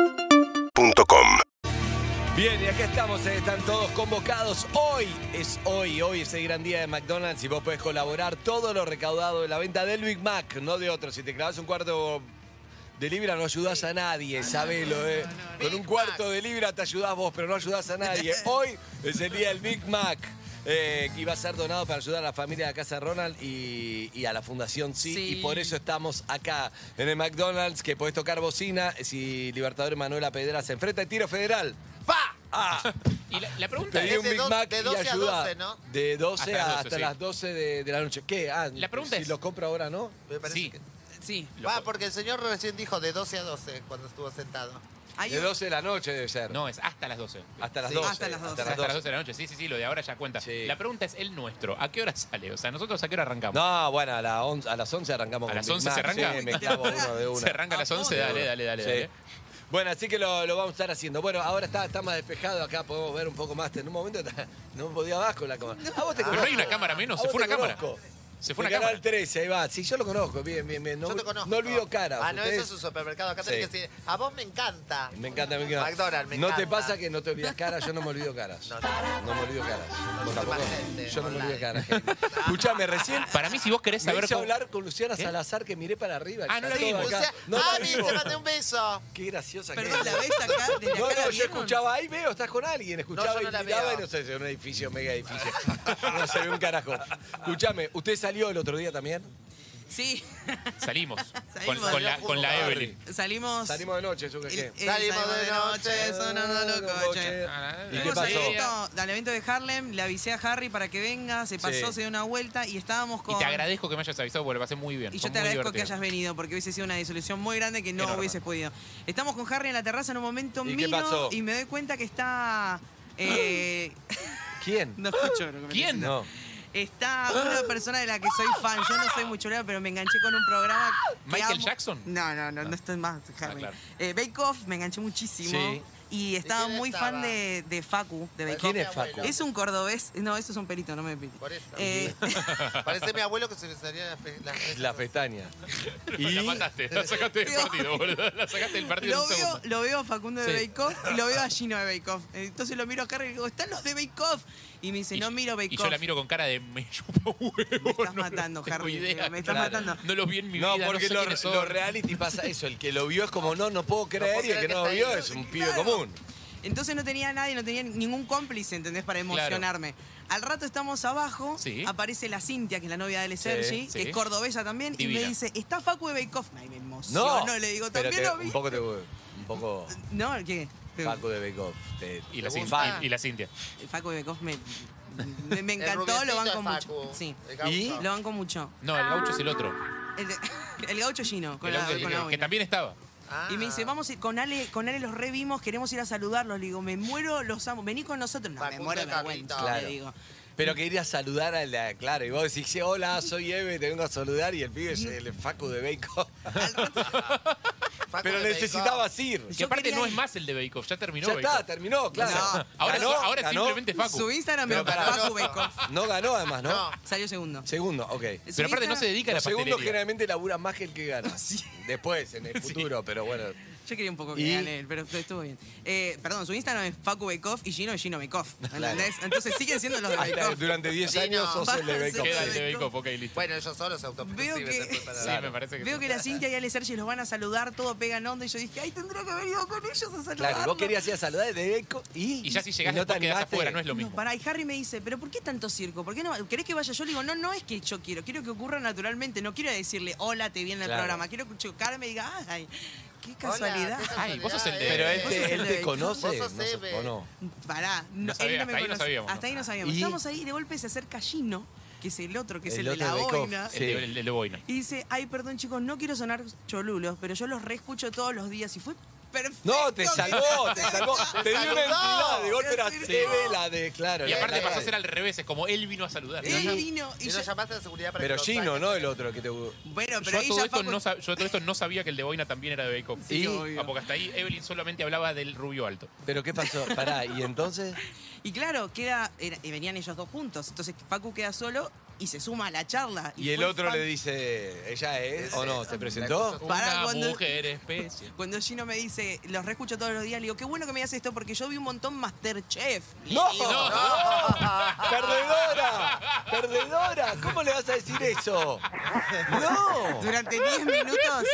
UrbanaPlayFM.com Bien, y acá estamos, eh, están todos convocados. Hoy es hoy, hoy es el gran día de McDonald's y vos podés colaborar todo lo recaudado de la venta del Big Mac, no de otro. Si te clavas un cuarto de libra no ayudás a nadie, sabelo, eh. Con un cuarto de libra te ayudás vos, pero no ayudás a nadie. Hoy es el día del Big Mac. eh, que iba a ser donado para ayudar a la familia de Casa Ronald y, y a la Fundación sí, Sí. Y por eso estamos acá en el McDonald's, que podés tocar bocina eh, si Libertador Manuela Pedra se enfrenta al tiro federal. ¡Pa! Ah, Y la, la pregunta pedí Es es, un de Big do- Mac de y 12 a ayuda. 12, ¿no? De 12 Hasta las hasta, 12, sí. las 12 de, de la noche. ¿Qué? Ah, La pregunta si es- lo compro ahora, ¿no? Me parece Sí. que- Sí. Va, porque el señor recién dijo de 12 a 12 cuando estuvo sentado. Hay de un- 12 de la noche debe ser. no, es hasta las 12. Hasta las Sí. 12. Hasta las 12. hasta las 12 de la noche, sí, sí, sí, lo de ahora ya cuenta. Sí. La pregunta es el nuestro. ¿A qué hora sale? O sea, ¿nosotros a qué hora arrancamos? No, bueno, a, la on- a las 11 arrancamos ¿A con las Big 11 se Mac, arranca? sí, me clavo uno de una. Se arranca a Ah, las 11, dale, dale, dale. Sí. dale. Bueno, así que lo, lo vamos a estar haciendo. Bueno, ahora está, está más despejado acá, podemos ver un poco más. En un momento está- no podía más con la cámara. ¿A vos te Pero no Ah, hay una cámara menos, se fue una cámara. Se fue una Canal cámara. 13, ahí va. Sí, yo lo conozco, bien, bien, bien. No, Yo te conozco. no olvido cara. Ah, no, Ustedes- eso es un supermercado. Acá Sí. tenés que decir, a vos me encanta. Me encanta, me encanta. McDonald's, me ¿No encanta. te pasa que no te olvidas caras? Yo no me olvido caras. No, No, me olvido caras. No, Vos no, tampoco. gente, Yo no me olvido online. caras. gente. Escuchame, recién Para mí, si vos Ah, querés me saber hice cómo- hablar con Luciana ¿Qué? Salazar que miré para arriba. Ah, no la Está todo vimos. ah, O acá. sea, No la Ami, vimos. te mandé un beso. Qué graciosa que Perdón, es. la ves acá, desde acá No, la no, yo vieron? escuchaba ahí, veo, estás con alguien. Escuchaba yo no y la miraba veo. y no sé, es un edificio, mega edificio. No se ve un carajo. Escuchame, ¿usted salió el otro día también? Sí. Salimos. con, Salimos. con la, con la Evelyn. Salimos. Salimos de noche, ¿eso el- qué? el- Salimos de noche, sonando locoche. Ah, ¿Y qué Fuimos al pasó? evento, al evento de Harlem, le avisé a Harry para que venga, se pasó, Sí. se dio una vuelta y estábamos con. Y te agradezco que me hayas avisado porque lo pasé muy bien. Y fue yo te muy agradezco que divertido. hayas venido porque hubiese sido una disolución muy grande que no Enorme. hubieses podido. Estamos con Harry en la terraza en un momento ¿Y qué miro pasó? y me doy cuenta que está. eh, ¿Quién? no escucho lo que me está ¿Quién? No. Está una persona de la que soy fan. Yo no soy mucho pero me enganché con un programa. que ¿Michael amo. Jackson? Ah. No, no, no, no estoy más, Harry. claro. Eh, Bake Off, me enganché muchísimo. Sí. Y estaba quién muy estaba? fan de, de Facu, de Bake ¿Quién Off. es Facu? Es un cordobés. No, eso es un perito, no me pide. Por eso. Eh, Parece mi abuelo que se le salía las pe- las fresas. La pestaña. Y la mataste, la sacaste del Digo- partido, boludo. La sacaste del partido en lo, un veo, segundo. lo veo a Facundo de Sí. Bake Off y lo veo a Gino de Bake Off. Eh, Entonces lo miro a Harry y le digo, ¿están los de Bake Off? Y me dice, Y- no miro Bake Y Off. yo la miro con cara de me chupa huevo. Me estás no matando, tengo Harry, idea, digo, me estás claro. matando. No los vi en mi No, vida. porque sé lo, quiénes son. lo reality pasa eso. El que lo vio es como, no, no puedo creer. puedo y el creer que que no lo está vio ahí. es un pibe Claro. común. Entonces no tenía nadie, no tenía ningún cómplice, ¿entendés? Para emocionarme. Al rato estamos abajo, Sí. aparece la Cintia, que es la novia de Le Sergi, sí. que es cordobesa también, y Divina. me dice, ¿está Facu de Bake Off? Ay, me emocionó, No, le digo, pero también te- lo vi. Un poco te un poco No, ¿qué? Facu de Bake Off. Te- Y la, te Cintia, gusta. y, y la Cintia. Facu de Bake Off me, me, me El encantó, lo rubiecito banco de Facu, mucho. Sí, el gaucho. ¿Y? lo banco mucho. No, el gaucho es el otro. El, de- el gaucho chino, con El la, gaucho con que- la que boina. también estaba. Ah. Y me dice, vamos a ir con Ale, con Ale los revimos, queremos ir a saludarlos. Le digo, me muero, los amo, vení con nosotros. No, me Facundo muero, de me aguanto, Cabrito. Claro. le digo. Pero quería saludar a la, claro, y vos decís, "Sí, hola, soy Eve, te vengo a saludar, y el pibe es el Facu de Bake Off. Facu Pero de Bake Off. necesitabas ir. Que Yo aparte quería no ir. es más el de Bake Off, ya terminó Ya Bake está, Off. terminó, claro. No. Ahora, Ganó, es- ahora es ganó. simplemente Facu. Su Instagram Pero es pará. Facu Bake Off. No ganó además, ¿no? No. Salió segundo. Segundo, ok. Pero aparte no se dedica. dedica a la Los segundos pastelería. generalmente laburan más que el que gana. Después, en el futuro, pero bueno. Yo quería un poco que Y- gane él, pero estuvo bien. Eh, perdón, su Instagram es Facu Bake Off y Gino es Gino Bake Off. ¿Entendés? Entonces siguen siendo los de Ahí Bake está, Off. durante 10 Sí, años no. sos el de Bake Off. Queda el sí. de Bake Off, ok, listo. Bueno, ellos solos se autoperciben. Veo que- después para- sí, claro. me parece que Veo sí. que la Cintia y Ale Sergi los van a saludar, todo pega en onda y yo dije, ay, tendría que haber ido con ellos a saludar. Claro, y vos querías ir a saludar el de Bake Off y. Y ya si llegás no te después quedás animaste. afuera, no es lo No, mismo. pará, y Harry me dice, ¿pero por qué tanto circo? ¿Por qué no? ¿Querés que vaya yo? Le digo, no, no es que yo quiero, quiero que ocurra naturalmente, no quiero decirle, hola, te viene el Claro. programa, quiero chocarme y diga, ay, qué Hola, casualidad. qué Ay, vos sos el de- Pero él Vos te, sos él el te de- conoce, vos sos no sé, Eve. ¿o no? Pará, no, No sabía, él no me hasta ahí no conoce. sabíamos, ¿no? Ah. Hasta ahí no sabíamos. ¿Y? Estamos ahí, de golpe se acerca Gino, que es el otro, que es El el, de otro la de Bake Off, boina. sí. El de, el de Loboina. Y dice, ay, perdón chicos, no quiero sonar cholulos, pero yo los reescucho todos los días y fue perfecto. No, te que salvó, te estés salvó. acá". Te dio una saludó. entidad, de golpe Te era sirvió. Seve la de, claro. Y la- aparte la- pasó a ser al revés, es como él vino a saludar. Él vino Y y no yo- llamaste a la seguridad para Pero que lo Gino, saquen. ¿no? El otro que te. Bueno, pero Yo a ahí todo, ya esto Facu- no, sab- yo a todo esto no sabía que el de Boina también era de Bake Off. Sí, Ah, porque hasta ahí Evelyn solamente hablaba del rubio alto. Pero ¿qué pasó? Pará, y entonces. Y claro, queda, era- y venían ellos dos juntos. Entonces Facu queda solo y se suma a la charla. Y el fue otro le fan- dice, ¿ella es o no? ¿Se La presentó? cosa- Una Pará, cuando- mujer especial. Cuando Gino me dice, los reescucho todos los días, le digo, qué bueno que me digas esto porque yo vi un montón Masterchef. Le ¡No! digo, ¡No! ¡Perdedora! ¡Perdedora! ¿Cómo le vas a decir eso? ¡No! Durante 10 minutos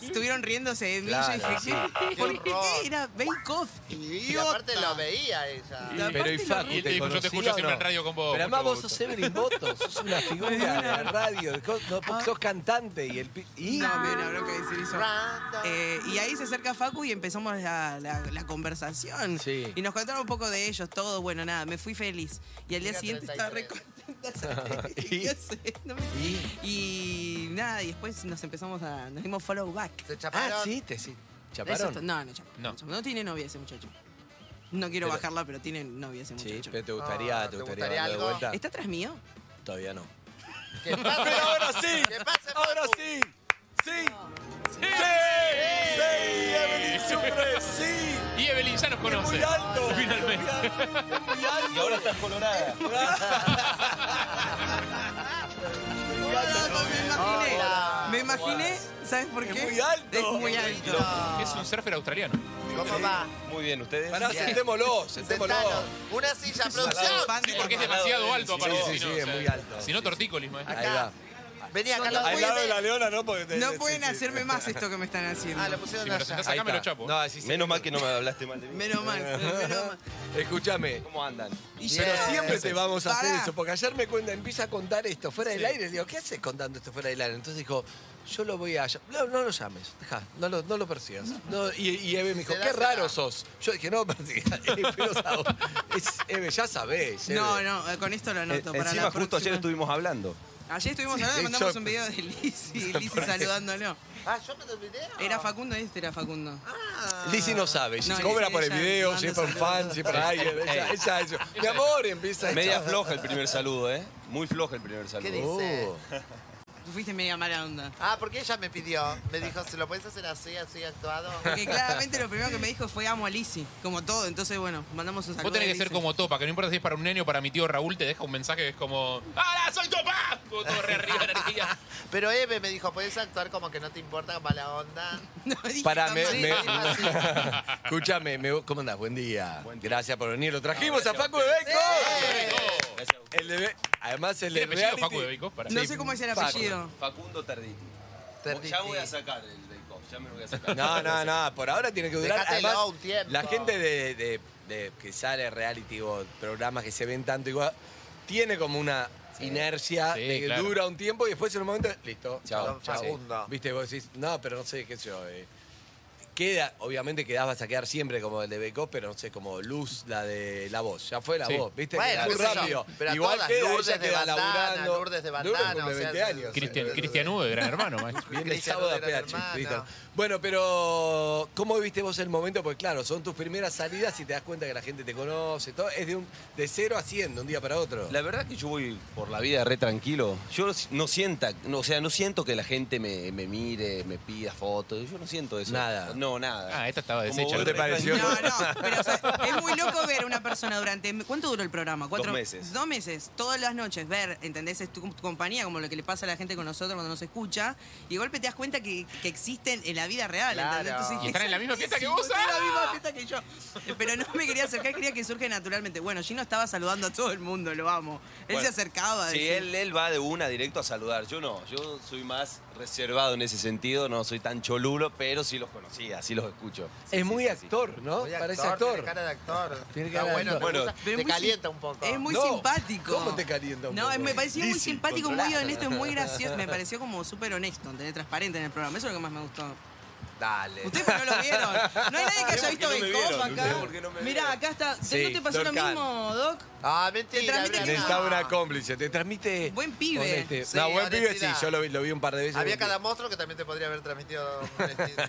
estuvieron riéndose de mí. Claro, yo dije, sí. ¿qué- ¿por Qué horror. qué era Bake Off? Y aparte idiota? lo veía ella. La- Pero aparte y lo- Facu, Y él ¿te dijo, yo te conocía escucho o siempre no? en radio con vos, Pero además mucho vos gusto. sos Evelyn Boto, sos una figura de la radio, co- no, porque sos cantante y el... pi- Y... No, me habrá que decir eso. Random. Eh, y ahí se acerca Facu y empezamos la, la- la conversación. Sí. Y nos contaron un poco de ellos, todo. Bueno, nada, me fui feliz. Y al día Era siguiente estaba re 33. contenta. ¿Y? Ya sé, no me- Ah, y nada, y después nos empezamos a. Nos dimos follow back. Se Ah, chaparon. sí, te sí. Eso está- ¿Chaparon? no, no, chapa- No. no. chapa- no tiene novia ese muchacho. No quiero Pero- bajarla, pero tiene novia ese Sí, muchacho. pero te gustaría, Ah, te ¿te gustaría gustaría darlo de algo? vuelta. ¿Está atrás mío? Todavía no. ¿Qué pasa? Pero ahora sí. ¿Qué pasa? Ahora Facu? sí. Sí. Sí. Sí. Evelyn Sucre, sí. Y Evelyn ya nos Es conoce. muy alto. Finalmente. Es muy alto. Y ahora estás colorada. me imaginé. Hola. me imaginé, ¿sabes por Es qué? muy alto. Ah, Es muy alto. Es un surfer australiano. ¿Cómo va? Muy bien, ¿ustedes? Pará, Bien. sentémoslo, sentémoslo. Sentanos. Una silla, producción. fan Sí, de- porque es Al lado demasiado de- alto, sí, aparte. sí, si sí, Ah, no, es muy alto. Si no, ¿eh? tortícolis, maestro. Ahí va. Vení acá, Solo- lo Al lado de la pueden. leona, ¿no? Porque te- No sí, pueden sí. hacerme más esto que me están haciendo. Ah, lo pusieron Si me lo allá. sentás acá, me lo está. chapo. No, así sí. Menos mal que no me hablaste mal de mí. Menos mal, menos mal. Escúchame. ¿Cómo andan? Y Bien. yo- Siempre te vamos a hacer Pará. eso, porque ayer me cuenta, empieza a contar esto fuera del Sí. aire. Le digo, ¿qué haces contando esto fuera del aire? Entonces dijo, yo lo voy a. llam- No, no lo llames, dejá, no lo, no lo persigas. No, y, y Eve me dijo, será, qué será". raro sos. Yo dije, no persigas. Y pero sabo- es- Eve, ya sabés. Eve. No, no, eh, con esto lo Eh, anoto. para encima, la justo ayer próxima. estuvimos hablando. Ayer estuvimos hablando, Sí, mandamos yo- un video de Lizzy, Lizzy saludándolo. Ah, yo me olvidé. Era Facundo, este era Facundo. Ah. Lizzy no sabe, No, cobra Lizzy por el ella video, manda siempre un fan, saludos. siempre alguien. Ella, ella, eso. Mi amor, empieza a Media floja el primer saludo, ¿eh? Muy floja el primer saludo. ¿Qué dice? Uh. Tú fuiste media mala onda. Ah, porque ella me pidió. Me dijo, ¿se lo puedes hacer así, así actuado? Porque claramente lo primero que me dijo fue amo a Lizzy, como todo. Entonces, bueno, mandamos un saludo. Vos tenés a que ser Lizzy. como Topa, que no importa si es para un nene o para mi tío Raúl, te deja un mensaje que es como ¡Ahora soy Topa! Como todo re arriba energía. Pero Eve me dijo, ¿puedes actuar como que no te importa mala onda? No, dije Pará, me- jamás. Sí, me- así. Escúchame, me- ¿cómo andás? Buen día. Gracias por venir. Lo trajimos a Facu de Sí. Beco. Oh, El de Be- Además, el ¿Tiene de apellido reality. Facu de Bicos? Para. No Sí, sé cómo es el Facu. apellido. Facundo Tarditi. Tarditi. Ya voy a sacar el bake off, ya me lo voy a sacar. No, no, no, por ahora tiene que durar. Dejátelo Además, un tiempo. La gente de, de- de que sale reality o programas que se ven tanto igual, tiene como una inercia Sí, de que claro. dura un tiempo y después en un momento, listo, chao. Don Facundo. Viste, vos decís, no, pero no sé, qué sé yo. eh, Queda, obviamente quedás, vas a quedar siempre como el de Beco, pero no sé, como Luz, la de la voz. Ya fue la Sí. voz, ¿viste? Bueno, Queda qué sé yo, rápido. pero a Igual todas, queda, Lourdes ella de queda Bandana, laburando. Lourdes de Lourdes Bandana, cumple o sea, 20 años. eh. Cristian, Cristian Hugo, de gran hermano, maestro. Viene Cristian sábado a Odera, PH, hermano. Cristian. Bueno, pero ¿cómo viste vos el momento? Porque claro, son tus primeras salidas y te das cuenta que la gente te conoce. Todo, es de, un, de cero a cien, de un día para otro. La verdad que yo voy por la vida re tranquilo. Yo no sienta, no, o sea, no siento que la gente me, me mire, me pida fotos. Yo no siento eso. Nada. No, nada. Ah, esta estaba Como deshecha. vos ¿No te re pareció? No, tranquilo. no, pero o sea, es muy loco ver a una persona durante. ¿Cuánto duró el programa? meses. Dos meses, todas las noches, ver, ¿entendés? Es tu, tu compañía, como lo que le pasa a la gente con nosotros cuando nos escucha, y de golpe te das cuenta que, que existen en la vida real, Claro. ¿entendés? Y están en la misma fiesta que vos, Están en la ¡ah! misma fiesta que yo. Pero no me quería acercar, quería que surge naturalmente. Bueno, Gino estaba saludando a todo el mundo, lo amo. Él Bueno, se acercaba. Sí, decía, él, él va de una directo a saludar. Yo no, yo soy más reservado en ese sentido, no soy tan cholulo, pero sí los conocía, sí los escucho. Sí, es sí, muy sí, sí. actor, ¿no? Oye, Oh, Parece Tiene actor. cara de actor. Tiene Está cara de bueno, actor. te, Bueno, gusta- pero te es muy calienta un poco. Es muy No, simpático. ¿cómo te calienta un No, poco? me pareció muy Lizzy, simpático, muy controlá. honesto, y muy gracioso. Me pareció como súper honesto, ¿entendés? transparente en el programa. Eso es lo que más me gustó. Dale. Ustedes porque no lo vieron. No hay nadie que haya visto no me Bake vieron, Off ustedes porque acá. no me Mirá, acá está. Sí, ¿No te pasó lo Dorcan. mismo, Doc? Ah, mentira. Te Adriana. transmite que no. Necesitaba una cómplice, te transmite. Buen pibe. honeste- Sí, no, buen pibe sí, honestidad. yo lo vi, lo vi un par de veces. Había Buen pibe. cada monstruo que también te podría haber transmitido.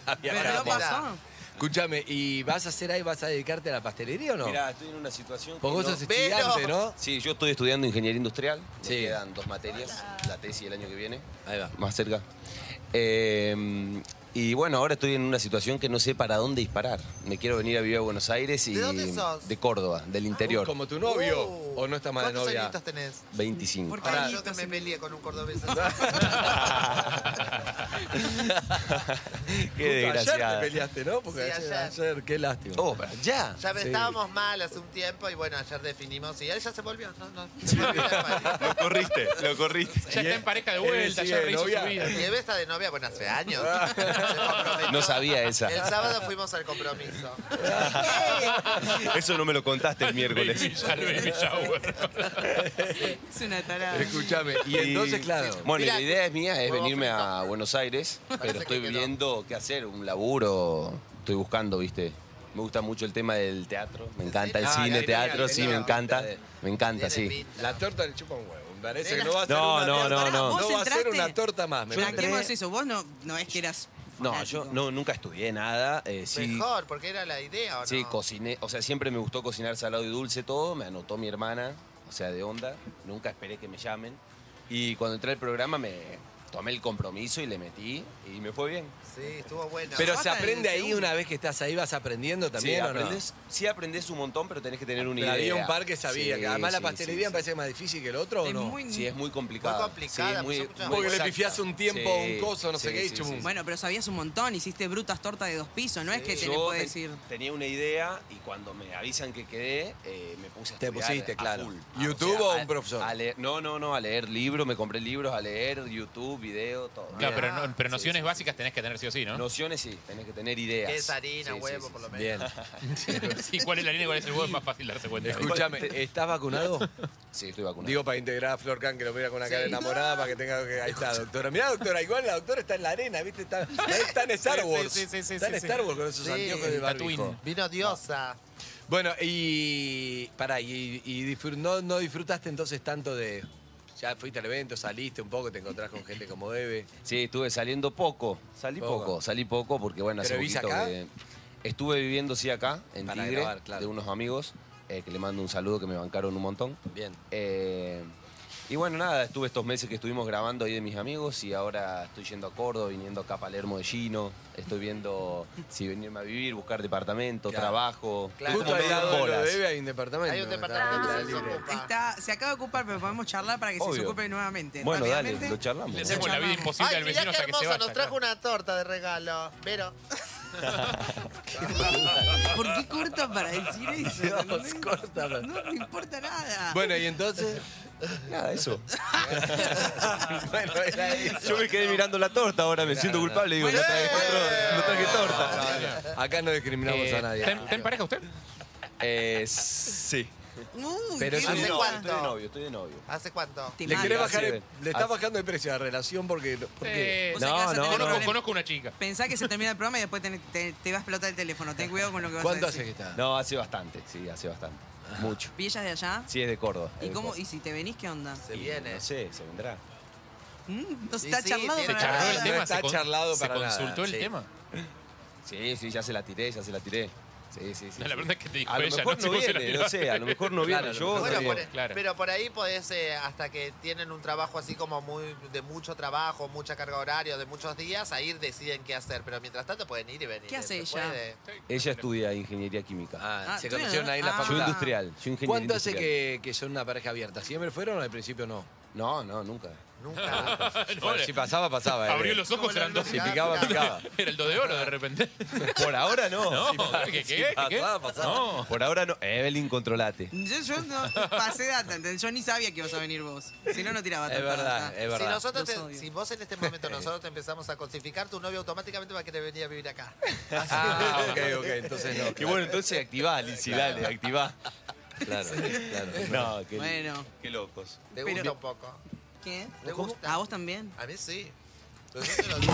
Había Pero no cada- pasó. Escúchame, ¿y vas a hacer ahí, vas a dedicarte a la pastelería o no? Mirá, estoy en una situación. que Porque vos no- sos estudiante, Pero- ¿no? Sí, yo estoy estudiando ingeniería industrial. Me Sí. quedan dos materias, la tesis el año que viene, Ahí va. más cerca. Eh, Y bueno, ahora estoy en una situación que no sé para dónde disparar. Me quiero venir a vivir a Buenos Aires y. ¿De dónde sos? De Córdoba, del interior. Como tu novio. ¿O no está mal de Uh. ¿Cuántos novia? añitos tenés? 25. ¿Por qué? Pará, Ahí, yo te me entonces- peleé con un cordobés. Justo Qué Ayer desgraciada. te peleaste, ¿no? Porque Sí, ayer, ayer. ayer, qué lástima. Oh, para allá. Ya Sí. estábamos mal hace un tiempo y bueno, ayer definimos y él ya se volvió. No, no, se volvió a Lo corriste, lo corriste. Ya está en pareja de Él vuelta, sigue ya de rehizo novia. su vida. Y Eve está de novia, bueno, hace años. Se comprometió. No sabía esa. El sábado fuimos al compromiso. Eso no me lo contaste el Baby, miércoles. ya, el baby shower. Es una tarada. Escúchame. Y entonces, claro. Bueno, y Mirá, la idea es mía, es huevo venirme frito. a Buenos Aires, pero que estoy quedó. viendo qué hacer, un laburo, estoy buscando, viste. Me gusta mucho el tema del teatro, me encanta el Ah, cine, la teatro, idea, sí, la me idea. encanta, me encanta, Tiene sí. pinta. La torta le chupa un huevo. Me parece que no va a ser No, una no, torta. no, Pará, no. vos No va a ser entraste- una torta más, me Yo parece. aclaremos eso. Vos no, no es que eras. No, fanático. yo no, nunca estudié nada, eh, sí, Mejor, porque era la idea, ¿o Ah, no? sí, cociné, o sea, siempre me gustó cocinar salado y dulce todo, me anotó mi hermana, o sea, de onda, nunca esperé que me llamen. Y cuando entré al programa me tomé el compromiso y le metí y me fue bien. Sí, estuvo bueno. Pero Torta se aprende en el ahí segundo. una vez que estás ahí, vas aprendiendo también, sí, ¿o no? aprendés, sí aprendés un montón, pero tenés que tener una Pero idea. había un par que sabía. Sí, que además la sí, pastelería sí, me parece más difícil que el otro, ¿o Es no? muy- sí. Sí, es muy complicado. Muy complicada, Sí, es pues son muchas- Porque le Exacto. pifiás un tiempo, Sí, un coso, no sé sí, qué, y sí, chum. sí, sí. Bueno, pero sabías un montón. Hiciste brutas tortas de dos pisos. No es que te le Yo puedo te- decir. tenía una idea y cuando me avisan que quedé, eh, me puse a Te estudiar pusiste, a claro. full. ¿YouTube o a- un profesor? a leer- e- no, no, no, a leer libros, me compré libros, a leer YouTube, video, todo. Claro, pero, no- pero Sí, nociones sí, básicas tenés que tener sí o sí, ¿no? Nociones sí, tenés que tener ideas. Que es harina, Sí, sí, huevo, sí, por lo sí. menos. Bien. Sí, cuál es la línea y cuál es el huevo es más fácil darse cuenta. Escúchame, ¿estás vacunado? Sí, estoy vacunado. Digo, para integrar a Flor Can, que lo mira con una cara Sí. enamorada, para que tenga que... Ahí está, doctora. Mirá, doctora, igual la doctora está en la arena, ¿viste? Está, está en Star Sí, Wars. sí, sí, sí, está en sí, Star sí. Wars con esos Sí, anteojos de Tatooine. barbijo. Vino diosa. Pues Bueno, y... Pará, y, y disfr- no, no disfrutaste entonces tanto de... Ya fuiste al evento, saliste un poco, te encontrás con gente como debe. Sí, estuve saliendo poco. Salí Poco. poco, salí poco porque, bueno, hace ¿Pero vivís poquito acá? que- Estuve viviendo, sí, acá, en Para Tigre, grabar, claro. de unos amigos, eh, que le mando un saludo que me bancaron un montón. Bien. Eh, y bueno, nada, estuve estos meses que estuvimos grabando ahí de mis amigos y ahora estoy yendo a Córdoba, viniendo acá a Palermo de Gino, estoy viendo si venirme a vivir, buscar departamento, Claro. trabajo. Claro. Justo como al medio lado de lo bolas. de Bebe hay un departamento. Hay un está- departamento está que se libre. ocupa. Opa. Está, se acaba de ocupar, pero podemos charlar para que se Obvio. desocupe nuevamente. Bueno, dale, Rápidamente. lo charlamos. Le hacemos la vida imposible Ay, al mirá vecino qué hasta que se hermoso, vaya. nos trajo una torta de regalo. Pero, ¿Por qué corta para decir eso? Dios, No me- corta. No me importa nada. Bueno, y entonces... Nada, eso. bueno, era eso. Yo me quedé mirando la torta ahora, me siento culpable, digo, Bueno, no traje, eh, otro- no traje torta. Acá no discriminamos Eh, a nadie. ¿Está en- está en pareja usted? Eh, sí. Uy, pero qué ¿hace bronca. cuánto? Estoy de novio, estoy de novio. ¿hace cuánto? Te Le mata. querés Mal, bajar así el- es. le está Así- bajando el precio a la relación porque. ¿por qué? Eh, Vos sabés que No, vas a no, tener no. problemas. conozco, conozco una chica. Pensá que se termina el programa y después tenés- te, te va a explotar el teléfono. Ten cuidado con lo que vas a ¿Cuánto decir. hace que está? No, hace bastante, sí, hace bastante. Mucho. ¿Villas de allá? Sí, es de Córdoba. es ¿Y, de cómo, Córdoba. ¿Y si te venís, qué onda? Se viene. No sé, se vendrá. Mm, no Sí, está sí, charlado se para ¿Se charló nada. el tema? está ¿Se con- charlado ¿Se para nada, consultó el sí. tema? Sí, sí, ya se la tiré, ya se la tiré. Sí, sí, sí. No, la sí. verdad es que te dijo a lo ella, mejor no sé no, cómo se la viene, tiró. no sé, a lo mejor no Claro, viene a lo yo. mejor Bueno, no viene. por e- claro. pero por ahí podés, eh, hasta que tienen un trabajo así como muy de mucho trabajo, mucha carga horaria, de muchos días, ahí deciden qué hacer. Pero mientras tanto pueden ir y venir. Eh, ¿Qué hace se ella? puede. Ella estudia ingeniería química. Ah, Ah, se tú conocieron eres- ahí en la ah. Yo facultad. industrial, yo ingeniero ¿Cuánto hace que, industrial. que son una pareja abierta? ¿Siempre fueron o al principio no? No, no, nunca. Nunca. Bueno, No, si pasaba, pasaba. eh. Abrió los ojos, Como eran la dos. Si Ya, picaba, ya. picaba. Era el 2 de oro de repente. Por ahora no. No, ¿qué? si ¿Qué? ¿Qué? pasaba, pasaba. No. Por ahora no. Evelyn, controlate. Yo, yo no pasé data, ¿entendés? yo ni sabía que ibas a venir vos. Si no, no tiraba Es tanta verdad, data. es Si, verdad. nosotros Los te- odio. si vos en este momento nosotros te empezamos a cosificar, tu novio automáticamente va a querer venir a vivir acá. Ah, ok, ok, entonces no. Que bueno, entonces activá, Lizzy, dale, activá. Claro, claro. No, qué, Bueno, qué locos. Te Pero- gusta un poco. ¿qué? ¿Te gusta? ¿A vos también? A mí sí. Pero yo te lo dije.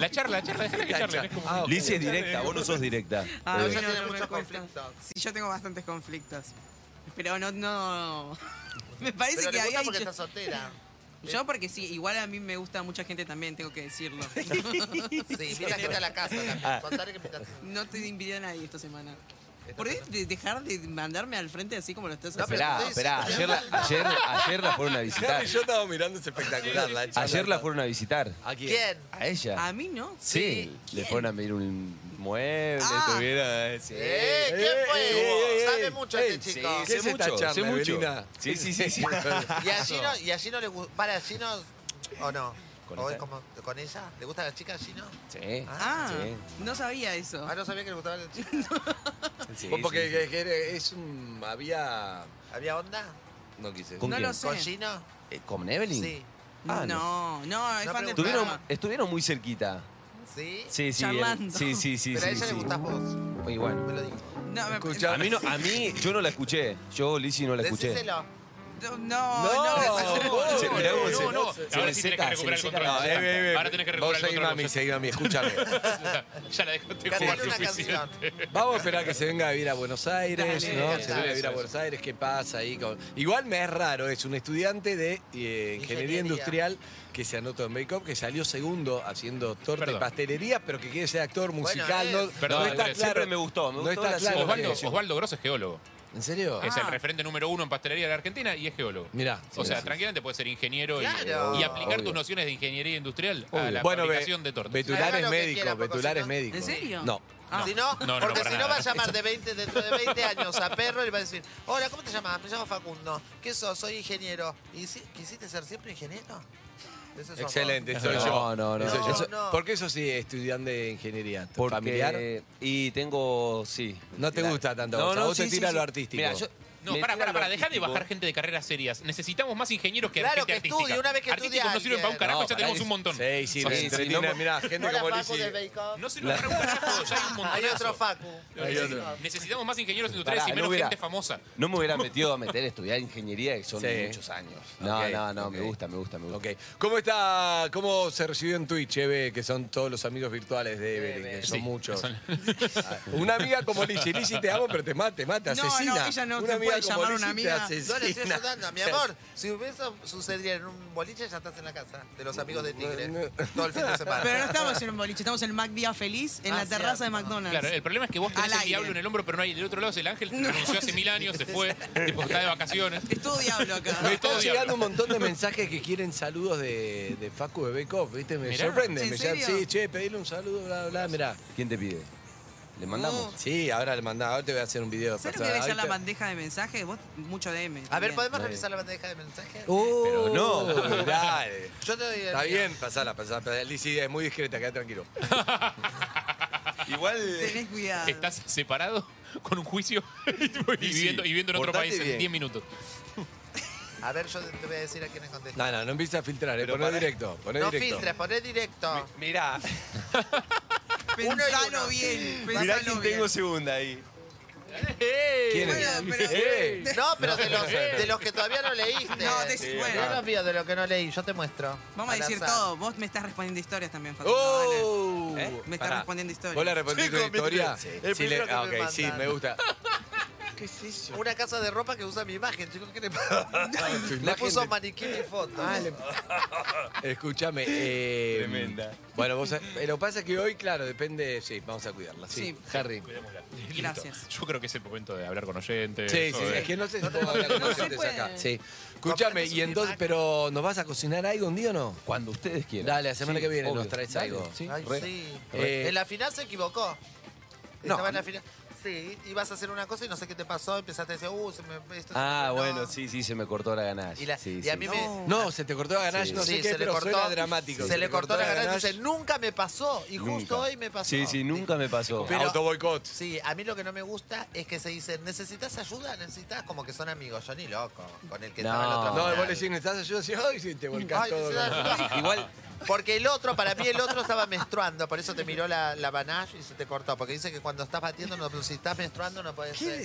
La charla, la charla, déjala que charlen. es como- Ah, ok. Lizzy es directa, vos no sos directa. Ah, a Eh, mí Ella tiene no, no me muchos cuesta. conflictos. Sí, yo tengo bastantes conflictos. Pero no, no. Me parece Pero que le gusta había porque está dicho. soltera. Yo porque sí, igual a mí me gusta mucha gente también, tengo que decirlo. Ah. Sí, invita gente a la casa también. Contarle que invitaste. No te invité a nadie esta semana. ¿Por qué de- dejar de mandarme al frente así como lo estás No, haciendo? pero- Esperá, esperá. Ayer la, ayer, ayer la fueron a visitar. Harry, yo estaba mirando ese espectacular, la charla. Ayer la fueron a visitar. ¿A quién? ¿Quién? A ella. A mí no. Sí, le ¿Quién? fueron a pedir un mueble, Ah. tuvieron. Sí. eh, Eh, ¿Quién fue? eh, Sabe mucho este Sí, chico. sé ¿Qué es esta mucho, charla, sé mucho. Evelina? Sí, sí, sí, sí. Y a Gino, y a Gino le gusta. Para, Gino. ¿O no? ¿Con ¿O esta? es como con ella? ¿Le gusta la chica Gino? Sí, Ah, sí, no sabía eso. Ah, no sabía que le gustaba la chica. sí, Vos Porque sí, que- que era- es un... Había... ¿Había onda? No quise decir. ¿Con No quién? lo sé. ¿Con Gino? sí. Eh, ¿Con Evelyn? Sí. Ah, no, no, es No fan del preguntaron. Estuvieron, programa. estuvieron muy cerquita. ¿Sí? Sí, sí. Charlando. el- sí, sí, sí. Pero a sí, ella le sí. gustás vos. Y bueno. Me lo dijo. No, me- Escuchá. A mí, no, a mí, yo no la escuché. Yo, Lizzy, no la escuché. Decíselo. No, no, No, no, no, Se- mirá cómo no, se- no, no. se Ahora me sí tenés que seca, se me recuperar el seca control. la No, eh, garganta. eh, eh, Ahora tenés que Vos recuperar el seguí, control. mami, seguí, mami. Escúchame. Ya la dejaste jugar Cantale una suficiente. canción. Vamos a esperar que se venga a vivir a Buenos Aires, Dale, ¿no? dale. Se viene a vivir a Buenos Aires, ¿qué pasa ahí? con- Igual me es raro, es un estudiante de eh, ingeniería, Ingeniería. industrial que se anotó en Bake Off, que salió segundo haciendo torta y Perdón. pastelería, pero que quiere ser actor musical. es- no, Perdón, no está Andrés, claro. siempre me gustó, me no gustó está la claro. Osvaldo, que- Osvaldo Grosso es geólogo. ¿En serio? Es Ah. el referente número uno en pastelería de la Argentina y es geólogo. Mirá. O sea, tranquilamente puedes ser ingeniero y- Claro. y, aplicar Obvio. tus nociones de ingeniería industrial a la Bueno, fabricación de tortas. Betular Haga es lo que médico, quiera, porque Betular si es no- médico. ¿En serio? No. Ah. Si no, No, no, porque para si no nada. va a llamar de 20, dentro de 20 años a Perro y va a decir, hola, ¿cómo te llamas? Me llamo Facundo. ¿Qué sos? Soy ingeniero. ¿Y si- ¿Quisiste ser siempre ingeniero? Ese sos Excelente, vos. soy No, yo. no, no. Soy yo. No, no. ¿Por qué sos sí, estudiante de ingeniería? ¿Tu Porque- ¿Familiar? Y tengo, sí. No te gusta tanto, o sea, vos te tira lo artístico. Mira, yo- No, me para, tira para, lo para, dejá de artístico. bajar gente de carreras serias. Necesitamos más ingenieros que Claro, gente que artística. estudie, una vez que Artísticos estudie no sirven para un alguien. carajo, ya No, pará, tenemos es- un montón. Sí, sí, Sí, me sí, entretiene. no- Mirá, gente Hola, como Facu Lizzy. de Bake Off. No sirven para un carajo, ya hay un montón. Hay otro Facu. Hay otro. Necesitamos más ingenieros industriales Pará, y no menos hubiera- gente famosa. No me hubiera metido a meter a estudiar ingeniería, que son Sí. muchos años. No, Ok, no, no, ok. me gusta, me gusta, me gusta. Ok. ¿Cómo está? ¿Cómo se recibió en Twitch, Eve, que son todos los amigos virtuales de Evelyn, que son Sí, muchos? son- Ah, Una amiga como Lizzy, Lizzy te amo, pero te mata, te mata, No, asesina. no, ella no una se amiga puede como llamar Lizzy una te amiga. No, le estoy asesina. ayudando. Mi amor, si eso sucediera en un boliche, ya estás en la casa de los amigos de Tigre. Todo el fin de semana. Pero no estamos en un boliche, estamos en el Mac Día Feliz, en Ah, la terraza de cierto. McDonald's. Claro, el problema es que vos Al tenés el aire. diablo en el hombro, pero no hay. Del otro lado es el ángel que renunció hace mil años, se fue, tipo, está de vacaciones. Es todo diablo acá. Me Todo están diablo. llegando un montón de mensajes que quieren saludos de, de Facu de Bake Off, ¿viste? Me Mirá. sorprende. ¿En Me llaman, serio? sí, che, pedile un saludo, bla, bla, bla, mirá. ¿Quién te pide? ¿Le mandamos? Sí, ahora le mandaba, ahora te voy a hacer un video. Oh. ¿Sabes lo que personal. debe ser la Ahorita- bandeja de mensajes? Vos, mucho DM. A ver, también. ¿podemos revisar la bandeja de mensajes? Uh, Pero no. mirá. Yo te doy el Está mío. bien, pasala, pasala. pasala. Lizzy es muy discreta, quédate tranquilo. Igual. Tenés cuidado. Estás separado con un juicio y viviendo, y viviendo en otro portate país en bien. 10 minutos. A ver, yo te voy a decir a quién contesté. No, no, no empieces a filtrar, eh. Pero poné para- directo, poné No directo. filtres, poné directo. Mirá, Pensalo uno y uno. bien. mirá Pensalo quién bien. tengo segunda ahí. ¿Quién es? Bueno, pero- ¡Eh! No, pero de, los, de los que todavía no leíste. No, te- bueno. Yo no pido de lo que no leí, yo te muestro. Vamos a Al decir azar. todo. Vos me estás respondiendo historias también, Facundo. dale. ¡Oh! ¿Eh? Me está Pará. respondiendo historia. ¿Vos le respondiste una Sí, con mi- historia? sí. El primero que ah, me ok, sí, mandan. me gusta. Una casa de ropa que usa mi imagen, chicos, ¿qué le pasa? Tu Le imagen puso de- maniquí y foto. Ah, Escúchame. eh, Tremenda. Bueno, vos, sab- lo que pasa es que hoy, claro, depende. Sí, vamos a cuidarla. Sí, Harry. Listo. Gracias. Yo creo que es el momento de hablar con oyentes. Sí, sí, o de- sí, es que no sé si puedo hablar con No se gente puede. acá. Sí. Escúchame, y entonces, pero ¿nos vas a cocinar algo un día o no? Cuando ustedes quieran. Dale, la semana que viene obvio. nos traes Dale, algo. sí, Ay, re. sí. Eh, re. en la final se equivocó. No. Estaba en la final. Sí, ibas a hacer una cosa y no sé qué te pasó, empezaste a decir, uh, se me, esto se Ah, me- no". bueno, sí, sí, se me cortó la ganache. Y, la- Sí, y a sí. mí No. me... No, se te cortó la ganache, Sí. no sé qué, sí, se le pero cortó, suena dramático. Se, le cortó, la ganache. ganache. Dice, nunca me pasó. Y justo Nunca. hoy me pasó. Sí, sí, nunca me pasó. Ah, Pero- Autoboicot. Sí, a mí lo que no me gusta es que se dicen, ¿necesitas ayuda? ¿Necesitas? Como que son amigos, yo ni loco, con el que No. estaba el otro. No, final. vos le decís, ¿necesitas ayuda? Sí, ay, sí, te volcás Ah, Ay, todo. ¿necesitas ayuda? Igual, Porque el otro, para mí el otro estaba menstruando, por eso te miró la, la banache y se te cortó. Porque dice que cuando estás batiendo, no, pero si estás menstruando no puedes ser.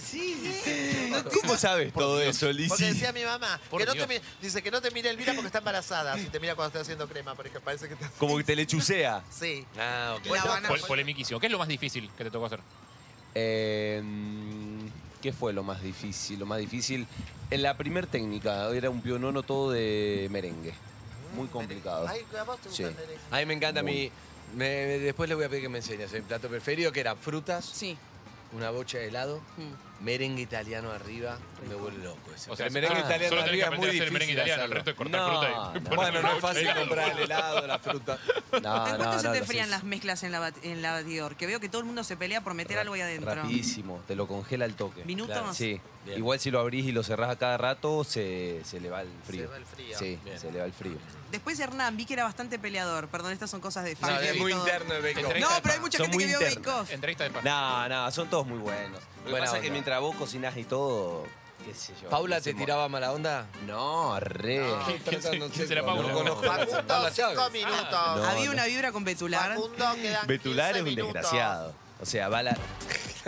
¿cómo sabes todo eso, Porque Lizzy? decía mi mamá, Por que no Dios. te mi- dice que no te mire Elvira porque está embarazada. Si te mira cuando estás haciendo crema, por ejemplo, parece que te... Como que te lechucea. Sí. Ah, ok. Bueno, banana. Pol- polemiquísimo. ¿Qué es lo más difícil que te tocó hacer? Eh, mm, ¿Qué fue lo más difícil? Lo más difícil, en la primer técnica, era un pionono todo de merengue. Muy complicado. Ay, a vos te gusta Sí. el derecho. A mí me encanta Muy. mi... me- después les voy a pedir que me enseñes el plato preferido, que era frutas, Sí. una bocha de helado, Mm. merengue italiano arriba, me vuelve loco. Ese. O sea, el merengue ah, italiano solo tenés que arriba es aprender muy a hacer difícil. merengue italiano, el hacerlo. resto es cortar fruta y No, poner Bueno, no una es bocha de fácil helado. comprar el helado, la fruta. No, ¿En cuánto Ah, no, se no, te lo frían haces las mezclas en la, bat- en la batidor? Que veo que todo el mundo se pelea por meter algo ahí adentro. Rapidísimo, te lo congela el toque. ¿Minutos? Claro, Sí. Bien. Igual si lo abrís y lo cerrás a cada rato, se, se le va el frío. va el frío. Sí, Bien. se le va el frío. Después Hernán, vi que era bastante peleador. Perdón, estas son cosas de No, familia. Ah, es y muy todo. interno el bacon. Entre- No, pero hay mucha Son gente que muy vio Bake internas. Off. Entrevista de paz. No, no, son todos muy buenos. Lo que Buena pasa es onda. que mientras vos cocinás y todo, qué sé yo. ¿Paula ese te mo- tiraba mala onda? No, re. Ah, No. ¿Quién se- No sé, quién será no Paula? conozco. Facundo, Paula cinco Chávez. minutos. No, Había no. una vibra con Betular. Facundo, quedan Betular 15 es un minutos. desgraciado. O sea, va la...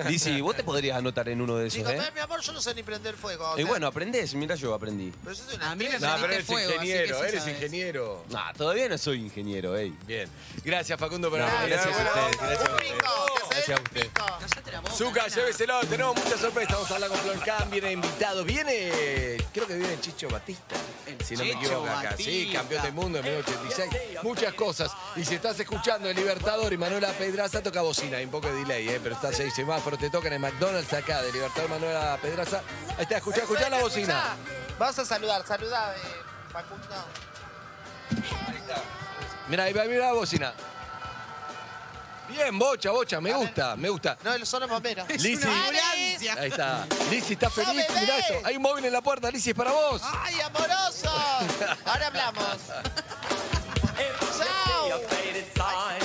Lizzy, vos te podrías anotar en uno de esos, Digo, ¿eh? "Ve, mi amor, yo no sé ni prender fuego. o Y sea, bueno, aprendés. Mira, yo aprendí. Pero yo soy una A mí me estrella. No, prendiste pero eres fuego, así que ingeniero, sí eres sabes. ingeniero. No, todavía no soy ingeniero, ey. Bien. Gracias, Facundo, por No, haber venido. gracias a Buena ustedes, onda. gracias a Un pico, que Gracias se a den ustedes. un pico. Cállate la boca, Zuka, Hernán. lléveselo, tenemos muchas sorpresas. Estamos hablando con Flor Kahn, viene invitado. Viene, creo que viene Chicho Batista, El si no me Chicho equivoco acá. Sí, Batista. campeón del mundo en 1986. Muchas cosas. Y si estás escuchando El Libertador y Manuela Pedraza, toca bocina. Hay un poco de delay, ¿eh? pero estás ahí semáforo. Te tocan en McDonald's acá, de Libertador Manuela Pedraza. Ahí está, escuchá, escuchá la bocina. Vamos a saludar, saluda, eh, Facundo. Mira, ahí va, mira la bocina. Bien, bocha, bocha, me gusta, me gusta. No, el son los bomberos. Es Lizzy. una ambulancia. Ahí está. Lizzy, ¿estás No feliz? me Mirá ves. eso. Hay un móvil en la puerta, Lizzy, es para vos. ¡Ay, amoroso! Ahora hablamos. ¡Chao!